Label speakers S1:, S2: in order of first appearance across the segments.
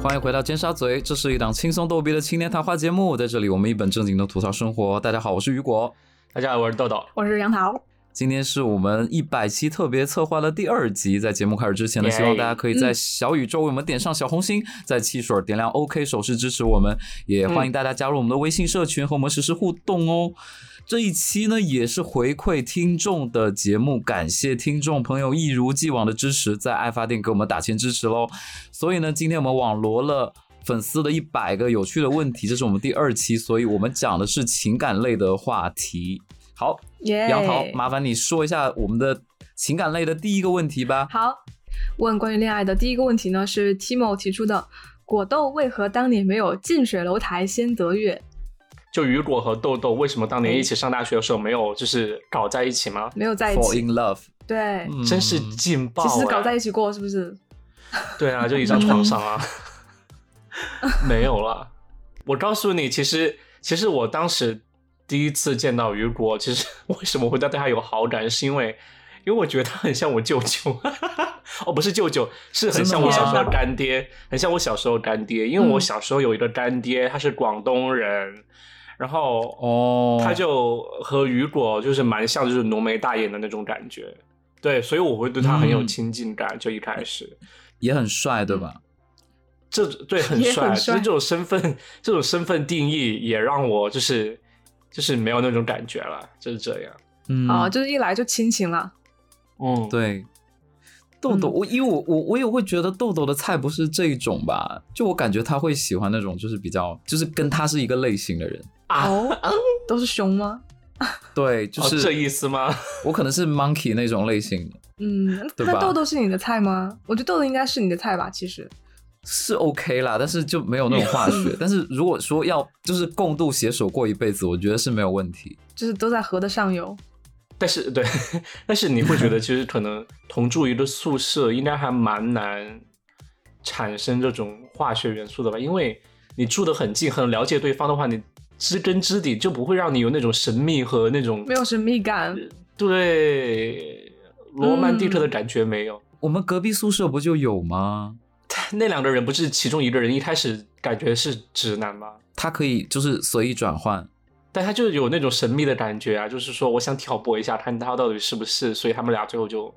S1: 欢迎回到尖沙咀，这是一档轻松逗逼的青年谈话节目，在这里我们一本正经的吐槽生活。大家好，我是雨果，
S2: 大家好，我是豆豆。
S3: 我是杨桃，
S1: 今天是我们一百期特别策划的第二集，在节目开始之前呢，
S2: 耶
S1: 希望大家可以在小宇宙为我们点上小红心，在汽水点亮 OK 手势支持我们，也欢迎大家加入我们的微信社群和我们实时互动哦。这一期呢也是回馈听众的节目，感谢听众朋友一如既往的支持，在爱发电给我们打钱支持喽。所以呢，今天我们网罗了。粉丝的一百个有趣的问题，这是我们第二期，所以我们讲的是情感类的话题。好，
S3: 耶、
S1: 杨桃，麻烦你说一下我们的情感类的第一个问题吧。
S3: 好，问关于恋爱的第一个问题呢是 Timo 提出的：果豆为何当年没有近水楼台先得月？
S2: 就雨果和豆豆为什么当
S3: 嗯
S2: 年一起上大学的时候没有就是搞在一起吗？
S3: 没有在一
S1: Fall
S3: 起，
S1: in love，
S3: 对，
S1: 嗯
S2: 真是劲爆、
S3: 其
S2: 啊！
S3: 实搞在一起过是不是？
S2: 对啊，就一张床上啊，
S3: 嗯
S2: 没有了。我告诉你，其实其实我当时第一次见到雨果，其实为什么会对他有好感，是因为因为我觉得他很像我舅舅， 哦，不是舅舅，是很像我小时候的干爹，很像我小时候的干爹，因
S3: 嗯
S2: 为我小时候有一个干爹，他是广东人，然后
S1: 哦，
S2: 他就和雨果就是蛮像，就是浓眉大眼的那种感觉。对，所以我会对他很有
S1: 嗯
S2: 亲近感，就一开始。
S1: 也很帅，对吧？
S2: 这对很
S3: 也
S2: 帅，
S3: 很
S2: 其实
S3: 帅
S2: 这种身份， 这种身份定义也让我就是就是没有那种感觉了，就是这样。
S1: 嗯
S2: 哦
S3: 啊，就是一来就亲情了，
S2: 嗯，
S1: 对。豆豆，
S3: 嗯
S1: 我因为我我我也会觉得豆豆的菜不是这一种吧，就我感觉他会喜欢那种就是比较就是跟他是一个类型的人，
S2: 啊
S3: 哦，都是熊吗？
S1: 对，就
S2: 哦
S1: 是、
S2: 这意思吗？
S1: 我可能是 monkey 那种类型的，
S3: 嗯，
S1: 对吧
S3: 那豆豆是你的菜吗？我觉得豆豆应该是你的菜吧，其实。
S1: 是 OK 啦，但是就没有那种 化学。但是如果说要就是共度携手过一辈子，我觉得是没有问题。
S3: 就是都在河的上游，
S2: 但是 对，但是你会觉得 其实可能同住一个宿舍应该还蛮难产生这种化学元素的吧，因为你住得很近，很了解对方的话，你知根知底就不会让你有那种神秘和那种
S3: 没有神秘 感。
S2: 对罗曼蒂克的感觉没有。
S1: 我们隔壁宿舍不就有吗？
S2: 那两个人不是其中一个人一开始感觉是直男吗？
S1: 他可以就是随意转换。
S2: 但他就有那种神秘的感觉啊，就是说我想挑拨一下，看他到底是不是，所以他们俩最后就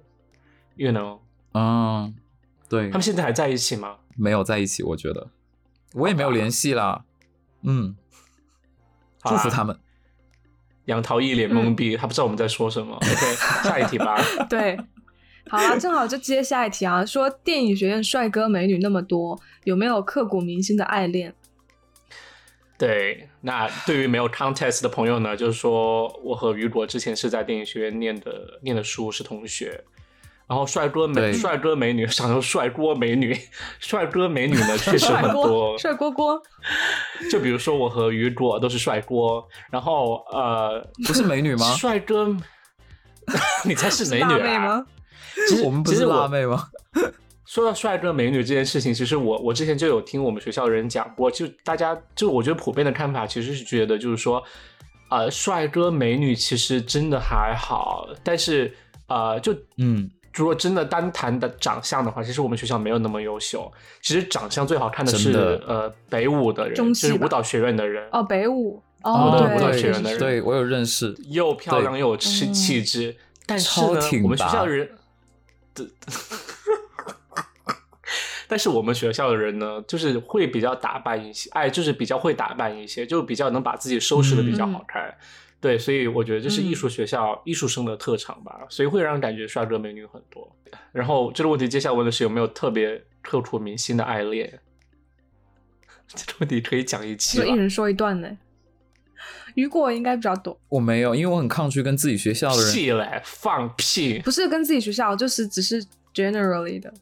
S2: ，you know，
S1: 嗯，对
S2: 他，们现在还在一起吗？
S1: 没有在一起，我觉得我也没有联系啦。嗯，
S2: 好
S1: 祝
S2: 啦
S1: 福他。们。
S2: 杨桃一脸
S3: 嗯
S2: 懵逼，他不知道我们在说什 么。OK，下一题吧。
S3: 对，好了，正好就接下一题啊，说电影学院帅哥美女那么多，有没有刻骨铭心的爱恋？
S2: 对，那对于没有 contest 的朋友呢，就是说我和雨果之前是在电影学院念的念的书，是同学。然后帅哥
S1: 对
S2: 美帅哥美女，想说帅哥美女， 帅哥美女 呢 确实
S3: 帅
S2: 很多
S3: 锅，，帅锅锅，
S2: 就比如说我和雨果都是帅锅，然后呃，？
S1: 不是美女吗
S2: 帅哥， 你才是美
S3: 辣
S2: 女
S3: 妹
S2: 啊！
S3: 吗？
S2: 其实
S1: 我们不
S2: 其
S1: 是
S2: 实我
S1: 辣妹吗？
S2: 说到帅哥美女这件事情，其实我我之前就有听我们学校的人讲过，就大家就我觉得普遍的看法其实是觉得就是说，呃，帅哥美女其实真的还好，但是呃，就
S1: 嗯，
S2: 如果真的单谈的长相的话，其实我们学校没有那么优秀。其实长相最好看的是
S1: 真的
S2: 呃北舞的人，
S3: 中
S2: 就
S3: 戏
S2: 是
S3: 吧
S2: 舞蹈学院的人
S3: 哦，北舞，
S2: 我
S3: 哦，
S2: 的
S3: 对，
S2: 我的
S3: 对
S2: 学员的人
S1: 对我有认识。
S2: 又漂亮又有气
S3: 嗯
S2: 气质，但是
S1: 超
S2: 呢
S1: 挺，
S2: 我们学
S1: 拔
S2: 校人，对 但是我们学校的人呢，就是会比较打扮一些，哎，就是比较会打扮一些，就比较能把自己收拾的比
S3: 嗯
S2: 较好看。对，所以我觉得这是艺术学校、艺术生的特长吧，所以会让人感觉帅哥美女很多。然后这个问题接下来问的是有没有特别刻骨铭心的爱恋？ 这个问题可以讲一期
S3: 就
S2: 吧
S3: 一。人说一段呢。雨果应该比较懂，
S1: 我没有，因为我很抗拒跟自己学校的人。
S2: 屁嘞，放屁！
S3: 不是跟自己学校，就是只是 generally 的。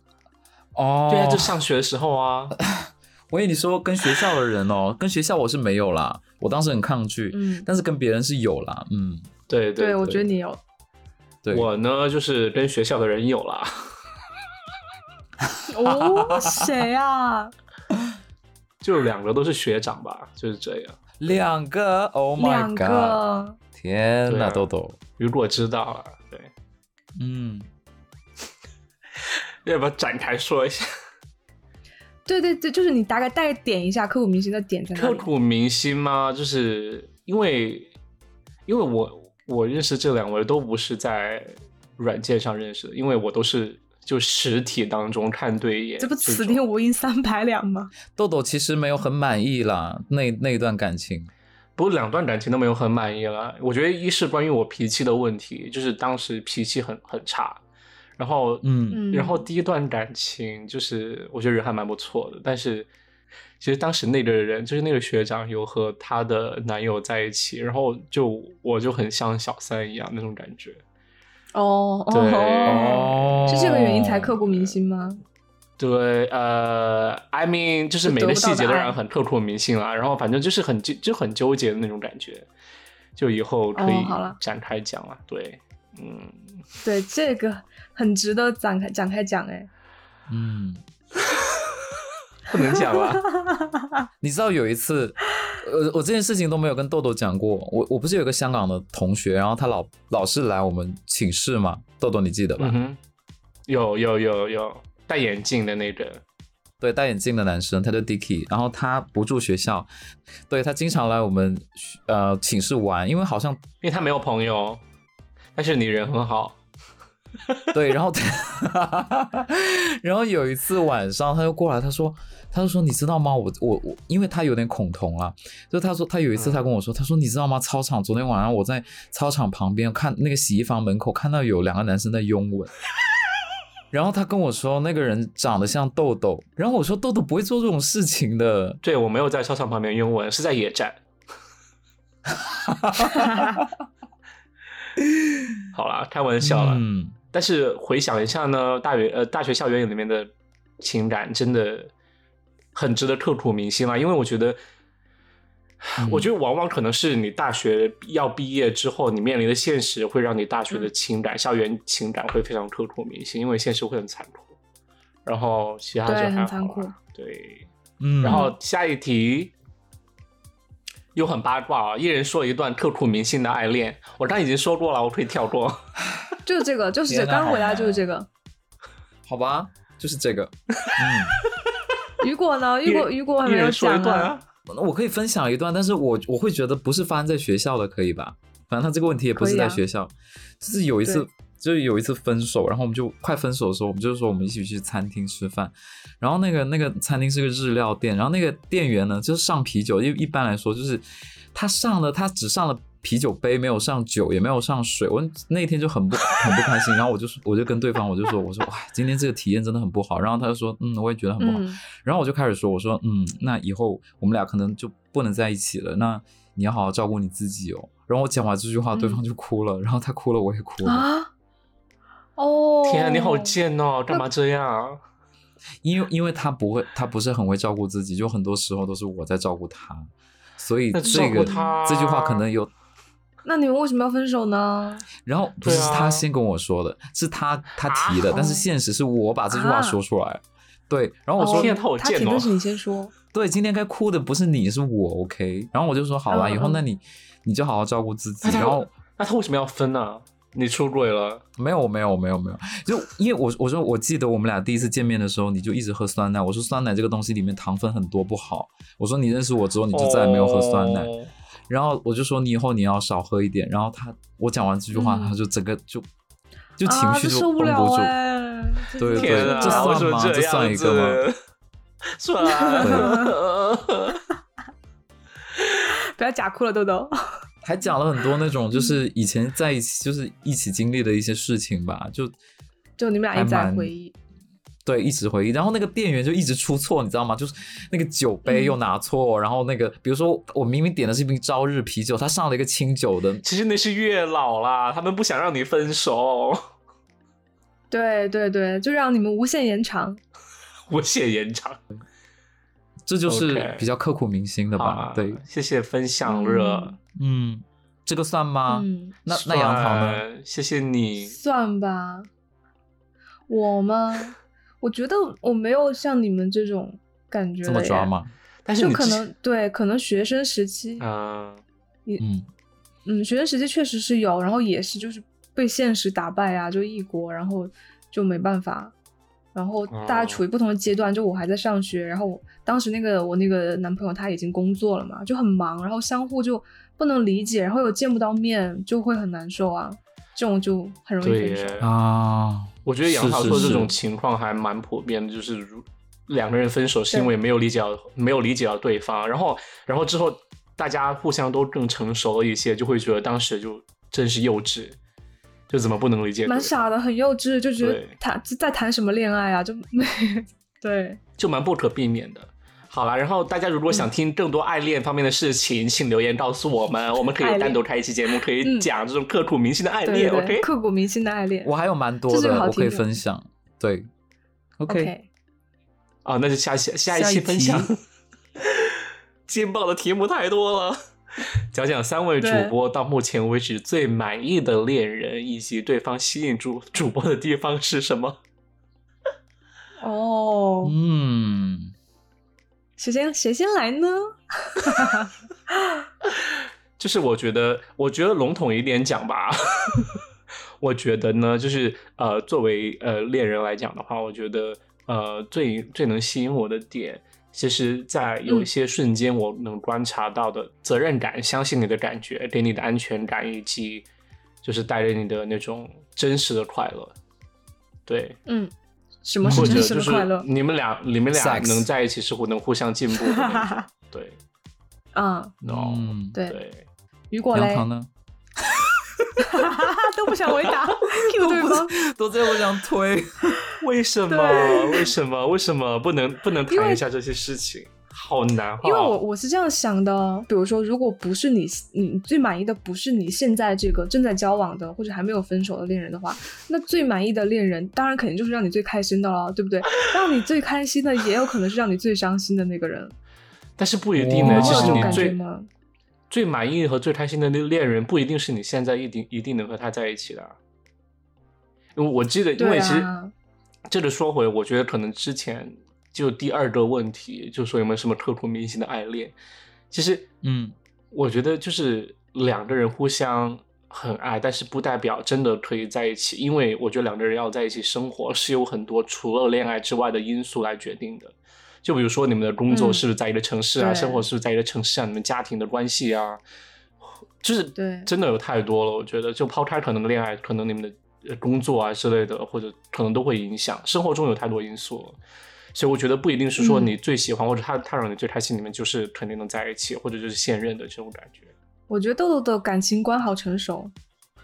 S1: 哦，
S2: 对啊，就上学的时候 啊。
S1: 我跟你说，跟学校的人哦，跟学校我是没有啦，我当时很抗拒，
S3: 嗯，
S1: 但是跟别人是有啦。嗯，
S2: 对对
S3: 对，我觉得你有，
S1: 对，
S2: 我呢就是跟学校的人有啦，
S3: 哦，谁啊？
S2: 就两个都是学长吧，就是这样。
S1: 两个，Oh my
S3: 两
S1: god，
S3: 个，
S1: 天
S2: 对
S1: 哪，
S2: 啊
S1: 豆豆，
S2: 如果知道了，对，
S1: 嗯，
S2: 要不要展开说一下？
S3: 对对对，就是你大概带点一下刻骨铭心的点在哪
S2: 刻
S3: 里？
S2: 骨铭心吗？就是因为因为我我认识这两位都不是在软件上认识的，因为我都是就实体当中看对眼
S3: 这
S2: 种。
S3: 不此地无银三百两吗？
S1: 豆豆其实没有很满意啦，那那段感情，
S2: 不过两段感情都没有很满意了。我觉得一是关于我脾气的问题，就是当时脾气很很差，然后
S1: 嗯
S3: 嗯
S2: 然后第一段感情就是我觉得人还蛮不错的，但是其实当时那个人就是那个学长有和她的男友在一起，然后就我就很像小三一样那种感觉。
S3: 哦
S2: 对哦
S3: 哦，
S1: 哦
S3: 是这个原因才刻骨铭心吗？
S2: 对，呃，I mean，就是每个细节都让人很刻骨铭心啦。然后反正就是很纠就很纠结的那种感觉，就以后可以
S3: 哦好了
S2: 展开讲啊。对，嗯，
S3: 对，这个很值得展开展开讲哎。
S1: 嗯，
S2: 不能讲 啊。
S1: 你知道有一次，呃，我这件事情都没有跟豆豆讲过。我我不是有个香港的同学，然后他老老是来我们寝室嘛，豆豆你记得吧？
S2: 嗯哼，有有有有戴眼镜的那个，
S1: 对，戴眼镜的男生，他叫 Dicky，然后他不住学校，对他经常来我们呃寝室玩，因为好像
S2: 因为他没有朋友，但是你人很好。
S1: 对，然后他， 然后有一次晚上，他就过来，他说，他就说，你知道吗？我我我，因为他有点恐同啦，就他说他有一次他
S2: 嗯
S1: 跟我说，他说你知道吗？操场昨天晚上我在操场旁边看那个洗衣房门口看到有两个男生在拥吻。 然后他跟我说，那个人长得像豆豆。然后我说，豆豆不会做这种事情的。
S2: 对我没有在操场旁边拥吻，是在野战。 好啦，开玩笑啦。
S1: 嗯，
S2: 但是回想一下呢，大学呃大学校园里面的情感真的很值得刻骨铭心啦，啊因为我觉得。
S3: 嗯
S2: 我觉得往往可能是你大学要毕业之后，你面临的现实会让你大学的
S3: 嗯
S2: 情感、校园情感会非常刻骨铭心，因为现实会很残酷。然后其他就
S3: 对
S2: 还好啦
S3: 很残酷。
S2: 对，
S1: 嗯
S2: 然后下一题又很八卦啊，一人说一段刻骨铭心的爱恋。我刚已经说过了，我可以跳过。
S3: 就是这个，就是这
S1: 天
S3: 个，
S1: 哪
S3: 刚回答就是这个。
S1: 好吧，就是这个。嗯。
S3: 雨果呢？雨果，雨果 还
S2: 一
S3: 没有
S2: 人说
S3: 讲
S2: 一段啊。
S1: 那我可以分享一段，但是我我会觉得不是发生在学校的，可以吧？反正他这个问题也不是在学校，就是有一次
S3: 对，
S1: 就是有一次分手，然后我们就快分手的时候，我们就说我们一起去餐厅吃饭，然后那个那个餐厅是个日料店，然后那个店员呢就是上啤酒，因为一般来说就是他上了，他只上了。啤酒杯没有上酒，也没有上水，我那天就很不很不开心，然后我就我就跟对方我就说我说哎，今天这个体验真的很不好，然后他就说嗯，我也觉得很不好，
S3: 嗯，
S1: 然后我就开始说，我说，嗯，那以后我们俩可能就不能在一起了，那你要好好照顾你自己哦。然后我讲完这句话，
S3: 嗯
S1: 对方就哭了，然后他哭了，我也哭了，
S3: 啊，哦，
S2: 天啊，你好贱哦！干嘛这样？
S1: 因为因为他不会，他不是很会照顾自己，就很多时候都是我在照顾他，所以
S2: 那
S1: 这
S2: 照顾
S1: 个
S2: 他啊
S1: 这句话可能有。
S3: 那你们为什么要分手呢？
S1: 然后不是
S2: 对啊
S1: 是他先跟我说的，是他他提的，
S2: 啊
S1: 但是现实是我把这句话
S3: 啊
S1: 说出来，对。然后我说、
S3: 哦
S2: 天啊他好
S3: 他
S2: 贱
S3: 提的
S2: 哦
S3: 是你先说，
S1: 对，今天该哭的不是你，是我，OK。然后我就说好了，啊
S3: 嗯
S1: 以后
S3: 嗯
S1: 那你你就好好照顾自己
S2: 那。他
S1: 然后
S2: 那他为什么要分呢、你出轨了？
S1: 没有，没有，没有，没有。就因为我我说我记得我们俩第一次见面的时候，你就一直喝酸奶。我说酸奶这个东西里面糖分很多，不好。我说你认识我之后，你就再也没有喝酸奶。
S2: 哦
S1: 然后我就说你以后你要少喝一点。然后他我讲完这句话，
S3: 嗯
S1: 他就整个就就情
S3: 啊，
S1: 绪
S3: 这
S1: 就
S3: 受
S1: 绷
S3: 不
S1: 不
S3: 了
S1: 住。
S3: 哎，这
S1: 对
S3: 真的
S2: 天
S3: 受
S2: 啊，
S1: 这算
S2: 为
S3: 不了
S2: 什么
S1: 吗
S2: 这
S1: 这算一
S2: 样
S1: 个吗
S2: 子？算啊。
S3: 不要假哭了，豆豆。
S1: 还讲了很多那种
S3: 嗯
S1: 就是以前在一起就是一起经历的一些事情吧，就
S3: 就你们俩一直在回忆，
S1: 对，一直回忆。然后那个店员就一直出错，你知道吗？就是那个酒杯
S2: 嗯
S1: 又拿错，然后那个比如说我明明点的是一瓶朝日啤酒，他上了一个清酒的。
S2: 其实那是月老啦，他们不想让你分手，
S3: 对对对，就让你们无限延长。
S2: 我写延长。
S1: 这就是
S2: OK
S1: 比较刻骨铭心的
S2: 好
S1: 吧
S2: 啊？
S1: 对，
S2: 谢谢分享热
S3: 嗯。
S1: 嗯，这个算吗？
S3: 嗯，
S1: 那那杨桃呢？
S2: 算？谢谢你。
S3: 算吧。我吗？我觉得我没有像你们这种感觉
S1: 这么
S3: 的耶
S1: 抓？吗？
S2: 但是
S3: 就
S2: 你
S3: 可
S2: 之
S3: 能对，可能学生时期，
S2: 嗯，
S1: 嗯，
S3: 嗯，学生时期确实是有，然后也是就是被现实打败啊，就异国，然后就没办法，然后大家
S2: 哦
S3: 处于不同的阶段，就我还在上学，然后我当时那个我那个男朋友他已经工作了嘛，就很忙，然后相互就不能理解，然后又见不到面，就会很难受啊，这种就很容易
S2: 对
S3: 分手。
S2: 耶，
S1: 啊，
S2: 我觉得杨
S1: 是
S2: 桃
S1: 是
S2: 说这
S1: 是
S2: 种情况还蛮普遍的，就是如两个人分手是因为没有理解到没有理解到对方，然后然后之后大家互相都更成熟了一些，就会觉得当时就真是幼稚，就怎么不能理解对
S3: 蛮
S2: 方，
S3: 傻的，很幼稚，就觉得
S2: 对
S3: 谈在谈什么恋爱啊，就 没对。
S2: 就蛮不可避免的。好啦，然后大家如果
S3: 嗯
S2: 想听更多爱恋方面的事情，请留言告诉我们，我们可
S3: 爱
S2: 以
S3: 恋
S2: 单独开一期节目，可以
S3: 嗯
S2: 讲这种刻骨铭心的爱
S3: 对
S2: 恋。
S3: 对
S2: OK，
S3: 对，刻骨铭心的爱恋。
S1: 我还有蛮多
S3: 这是个
S1: 的，
S3: 好
S1: 我可以
S3: 听的
S1: 分享。对
S3: OK，
S2: 啊，那就下下下一
S1: 下一
S2: 期分享
S1: 题。
S2: 劲爆的题目太多了，讲讲三位主
S3: 对
S2: 播到目前为止最满意的恋人，以及对方吸引主主播的地方是什么？
S3: 哦，
S1: 嗯，
S3: 谁先谁先来呢？
S2: 就是我觉得，我觉得笼统一点讲吧， 我觉得呢，就是呃，作为呃恋人来讲的话，我觉得呃最最能吸引我的点，其实，在
S3: 嗯
S2: 有一些瞬间我能观察到的责任感、相信你的感觉、给你的安全感，以及就是带着你的那种真实的快乐，对，
S3: 嗯，什么是
S2: 或者
S3: 真
S2: 就
S3: 实的
S2: 是
S3: 快 乐？
S2: 你们俩，你们俩
S1: Sex
S2: 能在一起是互能互相进步的那种，对，
S3: 嗯，
S2: no，
S1: 嗯，
S3: 对。
S2: 对，
S3: 雨果
S1: 杨
S3: 嘞，
S1: 桃呢？
S3: 都不想 回答，Q 对方，
S1: 都在我想 推，
S2: 为什么？为什么？为什么不能不能
S3: 因为
S2: 谈一下这些事情？好难、哦，
S3: 因为我我是这样想的哦，比如说，如果不是你你最满意的不是你现在这个正在交往的或者还没有分手的恋人 的话，那最满意的恋人当然肯定就是让你最开心的了，对 不对？让你最开心的也有可能是让你最伤心的那个人，
S2: 但是不一定呢。
S1: 哇
S2: 其实
S1: 有这种
S2: 你
S1: 感
S3: 觉
S2: 最
S3: 吗
S2: 最满意和最开心的那恋人，不一定是你现在一定一定能和他在一起的啊。因为我记得，因为
S3: 对啊
S2: 其实这个说回，我觉得可能之前就第二个问题，就说有没有什么刻骨铭心的爱恋？其实
S1: 嗯，
S2: 我觉得就是两个人互相很爱，但是不代表真的可以在一起，因为我觉得两个人要在一起生活是有很多除了恋爱之外的因素来决定的。就比如说你们的工作
S3: 嗯
S2: 是不是在一个城市啊，
S3: 对
S2: 生活是不是在一个城市啊，你们家庭的关系啊，就是
S3: 对
S2: 真的有太多了。我觉得就抛开可能恋爱，可能你们的呃工作啊之类的，或者可能都会影响。生活中有太多因素了。所以我觉得不一定是说
S3: 嗯
S2: 你最喜欢、或者他他让你最开心，你们就是肯定能在一起，或者就是现任的这种感觉。
S3: 我觉得豆豆的感情观好成熟。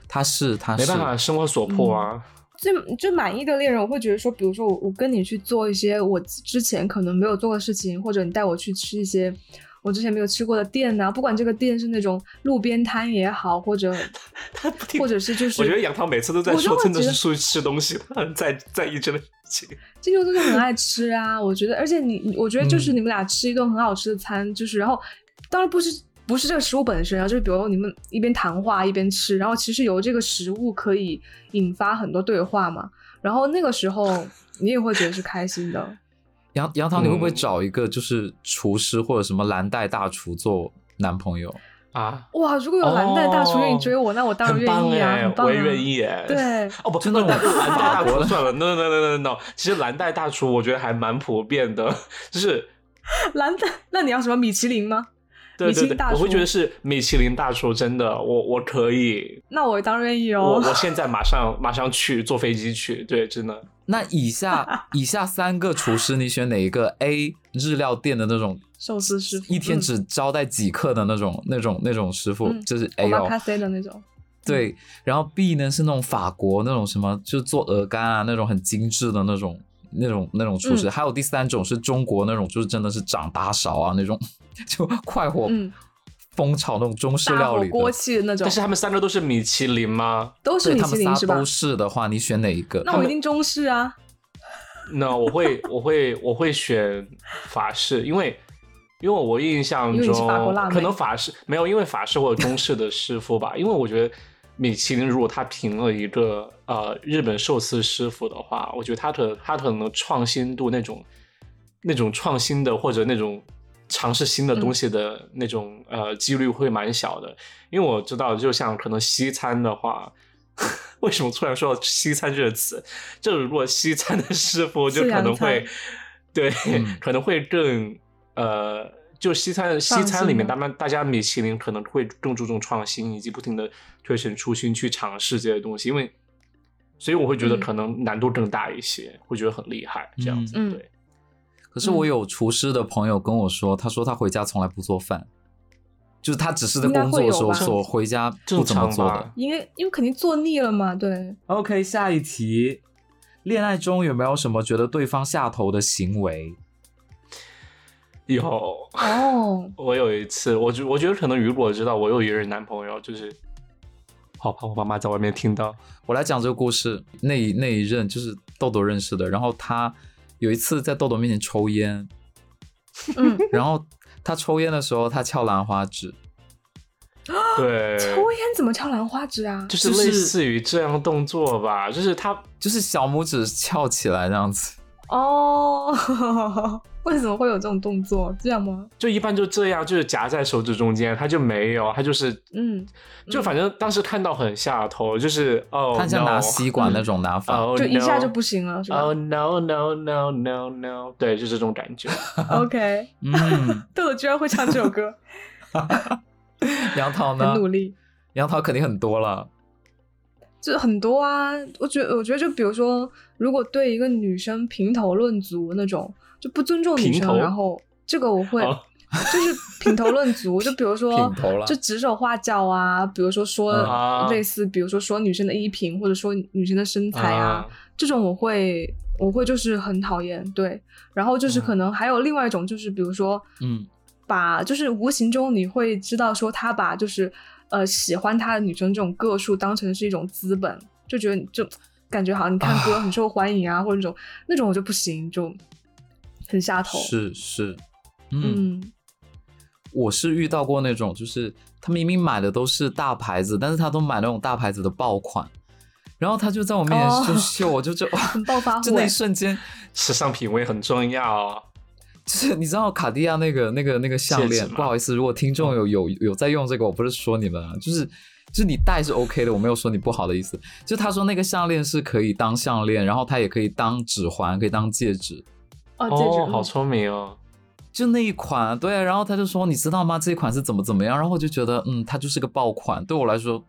S1: 他是他
S2: 没
S1: 啊是，
S2: 办法，生活所迫啊。
S3: 最最满意的恋人，我会觉得说，比如说我我跟你去做一些我之前可能没有做的事情，或者你带我去吃一些我之前没有吃过的店呐、不管这个店是那种路边摊也好，或者
S2: 他不听
S3: 或者是
S1: 嗯
S3: 就是，
S2: 我觉得杨涛每次都在
S3: 我就
S2: 说，
S3: 会
S2: 真的
S3: 觉
S2: 是
S3: 得
S2: 出去吃东西， 他很在在意这个事情。
S3: 这就真的很爱吃啊。我觉得，而且你，你我觉得就是
S1: 嗯
S3: 你们俩吃一顿很好吃的餐，就是然后当然不是不是这个食物本身啊，就是比如你们一边谈话一边吃，然后其实由这个食物可以引发很多对话嘛。然后那个时候你也会觉得是开心的。
S1: 杨杨桃，你会不会
S2: 嗯
S1: 找一个就是厨师或者什么蓝带大厨做男朋友？
S2: 啊，
S3: 哇，如果有蓝带大厨愿意追我，那我当然
S2: 很棒
S3: 愿意啊，
S2: 哎
S3: 很棒、啊，
S2: 我也愿。意哎。
S3: 对，
S2: 哦不，
S1: 真的
S2: 蓝带
S1: 我
S2: 蓝带大
S1: 法国
S2: 厨
S1: 的
S2: 算了，no no no no no，其实蓝带大厨我觉得还蛮普遍的， 就是
S3: 蓝带，那你要什么米其林吗？
S2: 对
S3: 米其
S2: 对
S3: 林
S2: 对
S3: 大，
S2: 我会
S3: 厨
S2: 觉得是米其林大厨，真的，我我可以，
S3: 那我当然愿意
S2: 我
S3: 哦。
S2: 我现在马上马上去坐飞机去，对，真的，
S1: 那以 下以下三个厨师，你选哪一个？A 日料店的那种
S3: 寿司师傅
S1: 一天只招待几客的那种、那种那种师傅，
S3: 嗯
S1: 这是
S3: 我
S1: A
S3: 妈
S1: 哦。
S3: 咖啡的那种，
S1: 对，然后 B 呢是那种法国那种什么，就做鹅肝啊那种很精致的那种那种那种厨师，
S3: 嗯
S1: 还有第三种是中国那种，就是真的是掌打勺啊那种， 就快活
S3: 嗯，
S1: 风潮那种中式
S3: 大
S1: 料
S3: 火
S1: 理的。
S3: 锅气的那种
S2: 但是，他们三个都是米其林吗？
S3: 都是
S1: 对
S3: 米
S1: 他
S3: 其
S1: 们
S3: 林
S1: 仨
S3: 是吧
S1: 都？是的话，你选哪一个？
S3: 那我一定中式啊。
S2: 那我会我会我会选法式，因为因为我印象
S3: 因为你
S2: 中
S3: 是法国辣妹
S2: 可能法式没有，因为法式或者中式的师傅吧，因为我觉得米其林如果他评了一个呃日本寿司师傅的话，我觉得他的他可能创新度那种那种创新的或者那种。尝试新的
S3: 嗯
S2: 东西的那种、呃几率会蛮小的，因为我知道，就像可能西餐的话， 为什么突然说到西餐这个词？就如果西餐的师傅就
S3: 四
S2: 可
S3: 洋
S2: 能会
S3: 餐，
S2: 对，
S1: 嗯
S2: 可能会更呃，就西餐西
S3: 创
S2: 餐
S3: 新
S2: 里面，
S3: 吗
S2: 大们大家米其林可能会更注重创新，以及不停的推陈出新去尝试这些东西，因为。所以我会觉得
S3: 嗯
S2: 可能难度更大一些，会觉得很厉害这样子。
S3: 嗯
S2: 对，
S1: 可是我有厨师的朋友跟我说，他说他回家从来不做饭，就是他只是在
S3: 应该
S1: 工作的时候
S3: 会有吧
S1: 做，回家不
S2: 正
S1: 怎么
S2: 常
S1: 做
S2: 吧
S1: 的。？
S3: 因为因为肯定做腻了嘛，对，
S1: OK，下一题，恋爱中有没有什么觉得对方下头的行为？
S2: 有，
S3: 哦，
S2: 我有一次，我觉我觉得可能雨果知道，我有一任男朋友，就是好怕我爸妈在外面听到。
S1: 我来讲这个故事。那一那一任就是豆豆认识的，然后他有一次在豆豆面前抽烟，
S3: 嗯，
S1: 然后他抽烟的时候他翘兰花指，
S2: 对，
S3: 抽烟怎么翘兰花指啊？
S2: 就是
S1: 就是
S2: 类似于这样动作吧，就是他
S1: 就是小拇指翘起来这样子。
S3: 哦，为什么会有这种动作？这样吗？
S2: 就一般就这样，就是夹在手指中间，他就没有，他就是
S3: 嗯，
S2: 就反正当时看到很下头，就是哦，
S1: 他像拿吸管那种拿法，
S2: 哦，
S3: 就一下就不行了，是吧
S2: 哦、no no no no no，对，就这种感觉。
S3: ？OK，
S1: 嗯，
S3: 豆豆居然会唱这首 歌，
S1: 杨桃
S3: 很
S1: 呢？
S3: 努力。
S1: 杨桃肯定很多了，
S3: 这很多啊，我觉我觉得就比如说，如果对一个女生评头论足那种，就不尊重女
S2: 评头
S3: 生，然后这个我会、
S2: 哦
S3: 就是评头论足，就比如说
S1: 品头了
S3: 就指手画脚啊，比如说说
S2: 嗯
S3: 类似，比如说说女生的衣品，或者说女生的身材啊，这种我会我会就是很讨厌，对。然后
S2: 嗯
S3: 就是可能还有另外一种，就是比如说，
S1: 嗯，
S3: 把就是无形中你会知道说他把就是呃喜欢他的女生这种个数当成是一种资本，就觉得你就感觉好像你看歌很受欢迎啊，或者那种那种我就不行，就很下头。
S1: 是是，嗯
S3: 嗯，
S1: 我是遇到过那种，就是他明明买的都是大牌子，但是他都买那种大牌子的爆款，然后他就在我面
S3: 哦
S1: 前就秀，我就 就哇，
S3: 很暴发户
S1: 就那
S3: 欸
S1: 一瞬间，
S2: 时尚品味很重要。
S1: 就是你知道卡地亚那个那个那个项
S2: 戒指
S1: 链，
S2: 吗
S1: 不好意思，如果听众有有有在用这个，我不是说你们啊，就是就是你戴是 OK 的，我没有说你不好的意思。就他说那个项链是可以当项链，然后它也可以当指环，可以当戒指，
S3: 哦，戒指
S2: 哦，好聪明哦。
S1: 就那一款，对。啊然后他就说你知道吗？这一款是怎么怎么样？然后我就觉得嗯，它就是个爆款，对我来说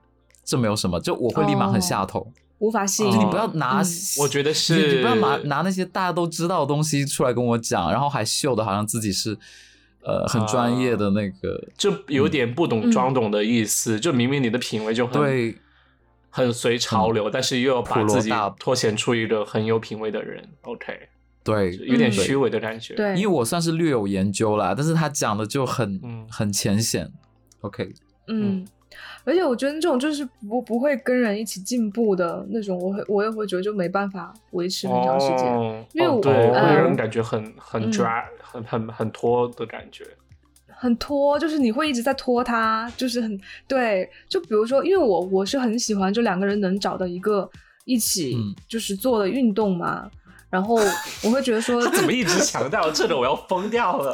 S1: 这没有什么，就我会立马很下头。
S3: 无法吸引
S1: 就你
S2: 哦
S1: 不要拿，
S3: 嗯
S2: 我觉得是
S1: 你你不要拿拿那些大家都知道的东西出来跟我讲，然后还秀的好像自己是呃很专业的那个，
S2: 就有点不懂
S3: 嗯
S2: 装懂的意思，就明明你的品味就很
S1: 对，嗯
S2: 很随潮流，但是又要把
S1: 普罗
S2: 自己
S1: 大
S2: 脱显出一个很有品味的人。OK，
S1: 对，
S2: 有点
S3: 嗯
S2: 虚伪的感觉。，
S3: 对，
S1: 因为我算是略有研究啦，但是他讲的就很、
S2: 嗯
S1: 很浅显。OK，
S3: 嗯，而且我觉得这种就是不不会跟人一起进步的那种，我会我也会觉得就没办法维持很长时间。
S2: 哦，
S3: 因为
S2: 哦
S3: 我
S2: 对
S1: 呃
S2: 会让人感觉很很
S3: 嗯
S2: dry，很很很脱的感觉。，
S3: 很拖，就是你会一直在拖他，就是很对。就比如说，因为我我是很喜欢，就两个人能找到一个一起
S1: 嗯
S3: 就是做的运动嘛。然后我会觉得说
S2: 怎么一直强调这个？我要疯掉了。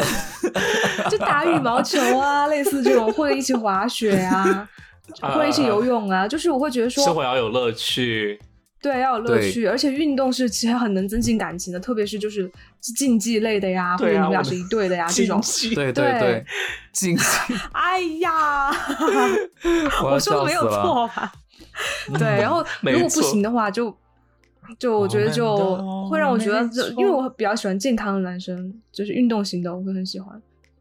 S3: 就打羽毛球啊，类似这种，或者一起滑雪啊，
S2: 啊
S3: 或者一起游泳啊，就是我会觉得
S2: 生活
S3: 说，
S2: 要有乐趣。
S3: 对，要有乐趣，而且运动是其实很能增进感情的，特别是就是竞技类的呀，或
S2: 对
S3: 者
S2: 啊
S3: 你们俩
S2: 我的
S3: 是一对的呀，这种。
S2: 禁忌
S1: 对
S3: 对
S1: 对，进，
S3: 哎 呀，
S1: 我要
S3: 我说
S1: 笑
S3: 的没
S1: 死
S3: 有
S1: 了。
S3: 错吧？对，然后
S2: 嗯 没
S3: 如果不
S2: 错
S3: 行的话，就就我觉得
S2: 哦
S3: 就
S2: 没
S3: 会让我觉得
S2: 没
S3: 这，
S2: 错
S3: 因为我比较喜欢健康的男生，就是运动型的，我会很喜欢。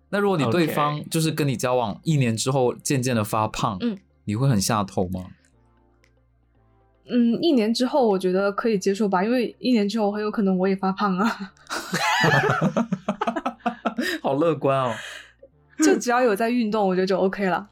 S1: 那如果你对
S2: OK
S1: 方就是跟你交往一年之后渐渐的发胖，
S3: 嗯，
S1: 你会很下头吗？
S3: 嗯，一年之后我觉得可以接受吧，因为一年之后很有可能我也发胖啊。
S1: 好乐观哦。
S3: 就只要有在运动，我觉得就 OK 了。
S2: 嗯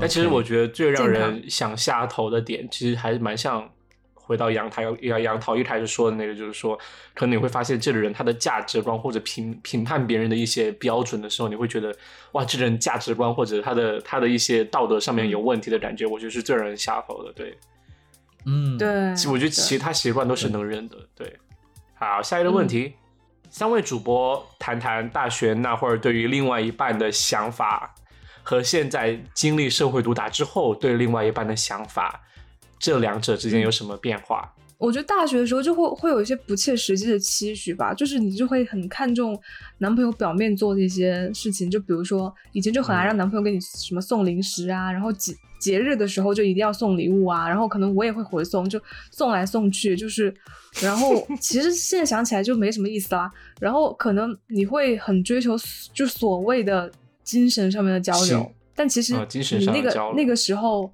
S2: 但其实我觉得最让
S3: 健
S2: 人想下头的点，其实还是蛮像回到杨桃杨杨桃一开始说的那个，就是说，可能你会发现这个人他的价值观或者评评判别人的一些标准的时候，你会觉得哇，这个人价值观或者他的他的一些道德上面有问题的感觉，我觉得是最让人下头的。对，
S1: 嗯，
S3: 对，
S2: 其我觉得其
S3: 对
S2: 他习惯都是能忍的。对，好，下一个问题，三位主播谈谈大学那会儿对于另外一半的想法，和现在经历社会毒打之后对另外一半的想法，这两者之间有什么变化？
S3: 我觉得大学的时候就会会有一些不切实际的期许吧，就是你就会很看重男朋友表面做的一些事情，就比如说以前就很
S2: 嗯
S3: 爱让男朋友给你什么送零食啊，然后节节日的时候就一定要送礼物啊，然后可能我也会回送，就送来送去，就是，然 后其实现在想起来就没什么意思啦、然后可能你会很追求就所谓的精神上面的交
S2: 是
S3: 流，但其实
S2: 啊精神
S3: 你
S2: 上
S3: 那
S2: 的交
S3: 个
S2: 流
S3: 那个时候，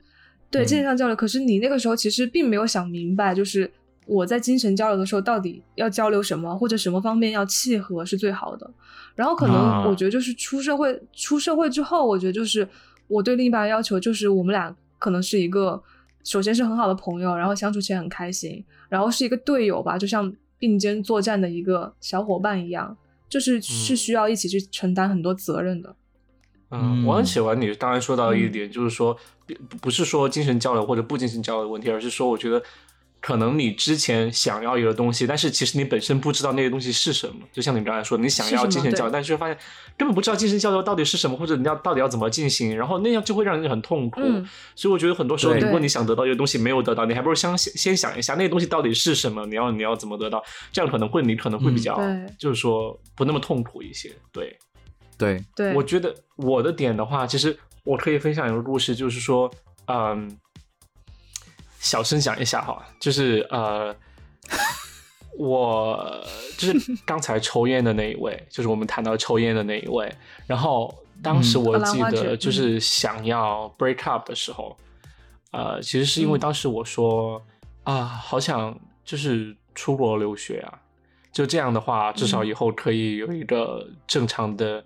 S3: 对
S2: 嗯
S3: 精神上交流，可是你那个时候其实并没有想明白，就是我在精神交流的时候到底要交流什么，或者什么方面要契合是最好的。然后可
S2: 啊
S3: 能我觉得就是出社会，出社会之后，我觉得就是我对另一半的要求就是我们俩可能是一个，首先是很好的朋友，然后相处起来很开心，然后是一个队友吧，就像并肩作战的一个小伙伴一样，就是是
S2: 嗯
S3: 需要一起去承担很多责任的。
S2: 嗯，
S1: 嗯
S2: 我很喜欢你刚才说到
S3: 嗯
S2: 一点，就是说，不不是说精神交流或者不精神交流的问题，而是说，我觉得可能你之前想要一个东西，但是其实你本身不知道那个东西是什么。就像你刚才说，你想
S3: 是
S2: 要
S3: 什么
S2: 精神交流，
S3: 对
S2: 但是会发现根本不知道精神交流到底是什么，或者你要到底要怎么进行，然后那样就会让人很痛苦。
S3: 嗯，
S2: 所以我觉得很多时候，
S1: 对
S2: 如果你想得到一个东西没有得到，你还不如先先想一下那个东西到底是什么，你要你要怎么得到，这样可能会你可能会
S1: 嗯
S2: 比较、
S3: 对
S2: 就是说不那么痛苦一些。对，
S1: 对，
S3: 对，
S2: 我觉得我的点的话，其实我可以分享一个故事，就是说，嗯，小声讲一下哈，就是呃，我就是刚才抽烟的那一位，就是我们谈到抽烟的那一位，然后当时
S1: 嗯
S2: 我
S3: 兰
S2: 记
S3: 花指
S2: 得就
S3: 嗯
S2: 是想要 break up 的时候，呃，其实是因为
S3: 嗯
S2: 当时我说啊，好想就是出国留学啊，就这样的话，至
S3: 嗯
S2: 少以后可以有一个正常的、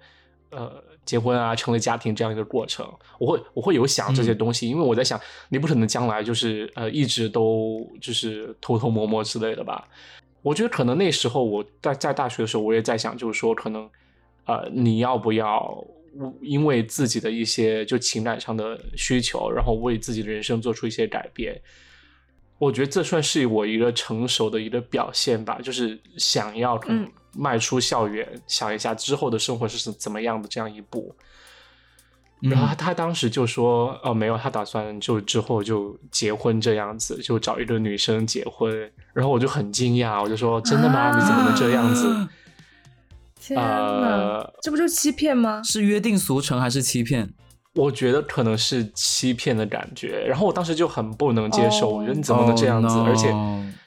S2: 呃结婚啊，成立家庭这样一个过程。我会我会有想这些东西，因为我在想，你不可能将来就是呃一直都就是偷偷摸摸之类的吧。我觉得可能那时候我在在大学的时候，我也在想，就是说可能呃你要不要因为自己的一些就情感上的需求，然后为自己的人生做出一些改变。我觉得这算是我一个成熟的一个表现吧，就是想要可能
S3: 嗯
S2: 迈出校园，想一下之后的生活是怎么样的这样一步。然
S3: 嗯
S2: 后他他当时就说，哦，没有，他打算就之后就结婚这样子，就找一个女生结婚。然后我就很惊讶，我就说，真的吗？
S3: 啊
S2: 你怎么能这样
S1: 啊
S2: 子？
S3: 天哪，
S2: 呃，
S3: 这不就是欺骗吗？
S1: 是约定俗成还是欺骗？
S2: 我觉得可能是欺骗的感觉。然后我当时就很不能接受，
S3: 哦
S2: 我觉得你怎么能这样子
S1: Oh, no
S2: 而且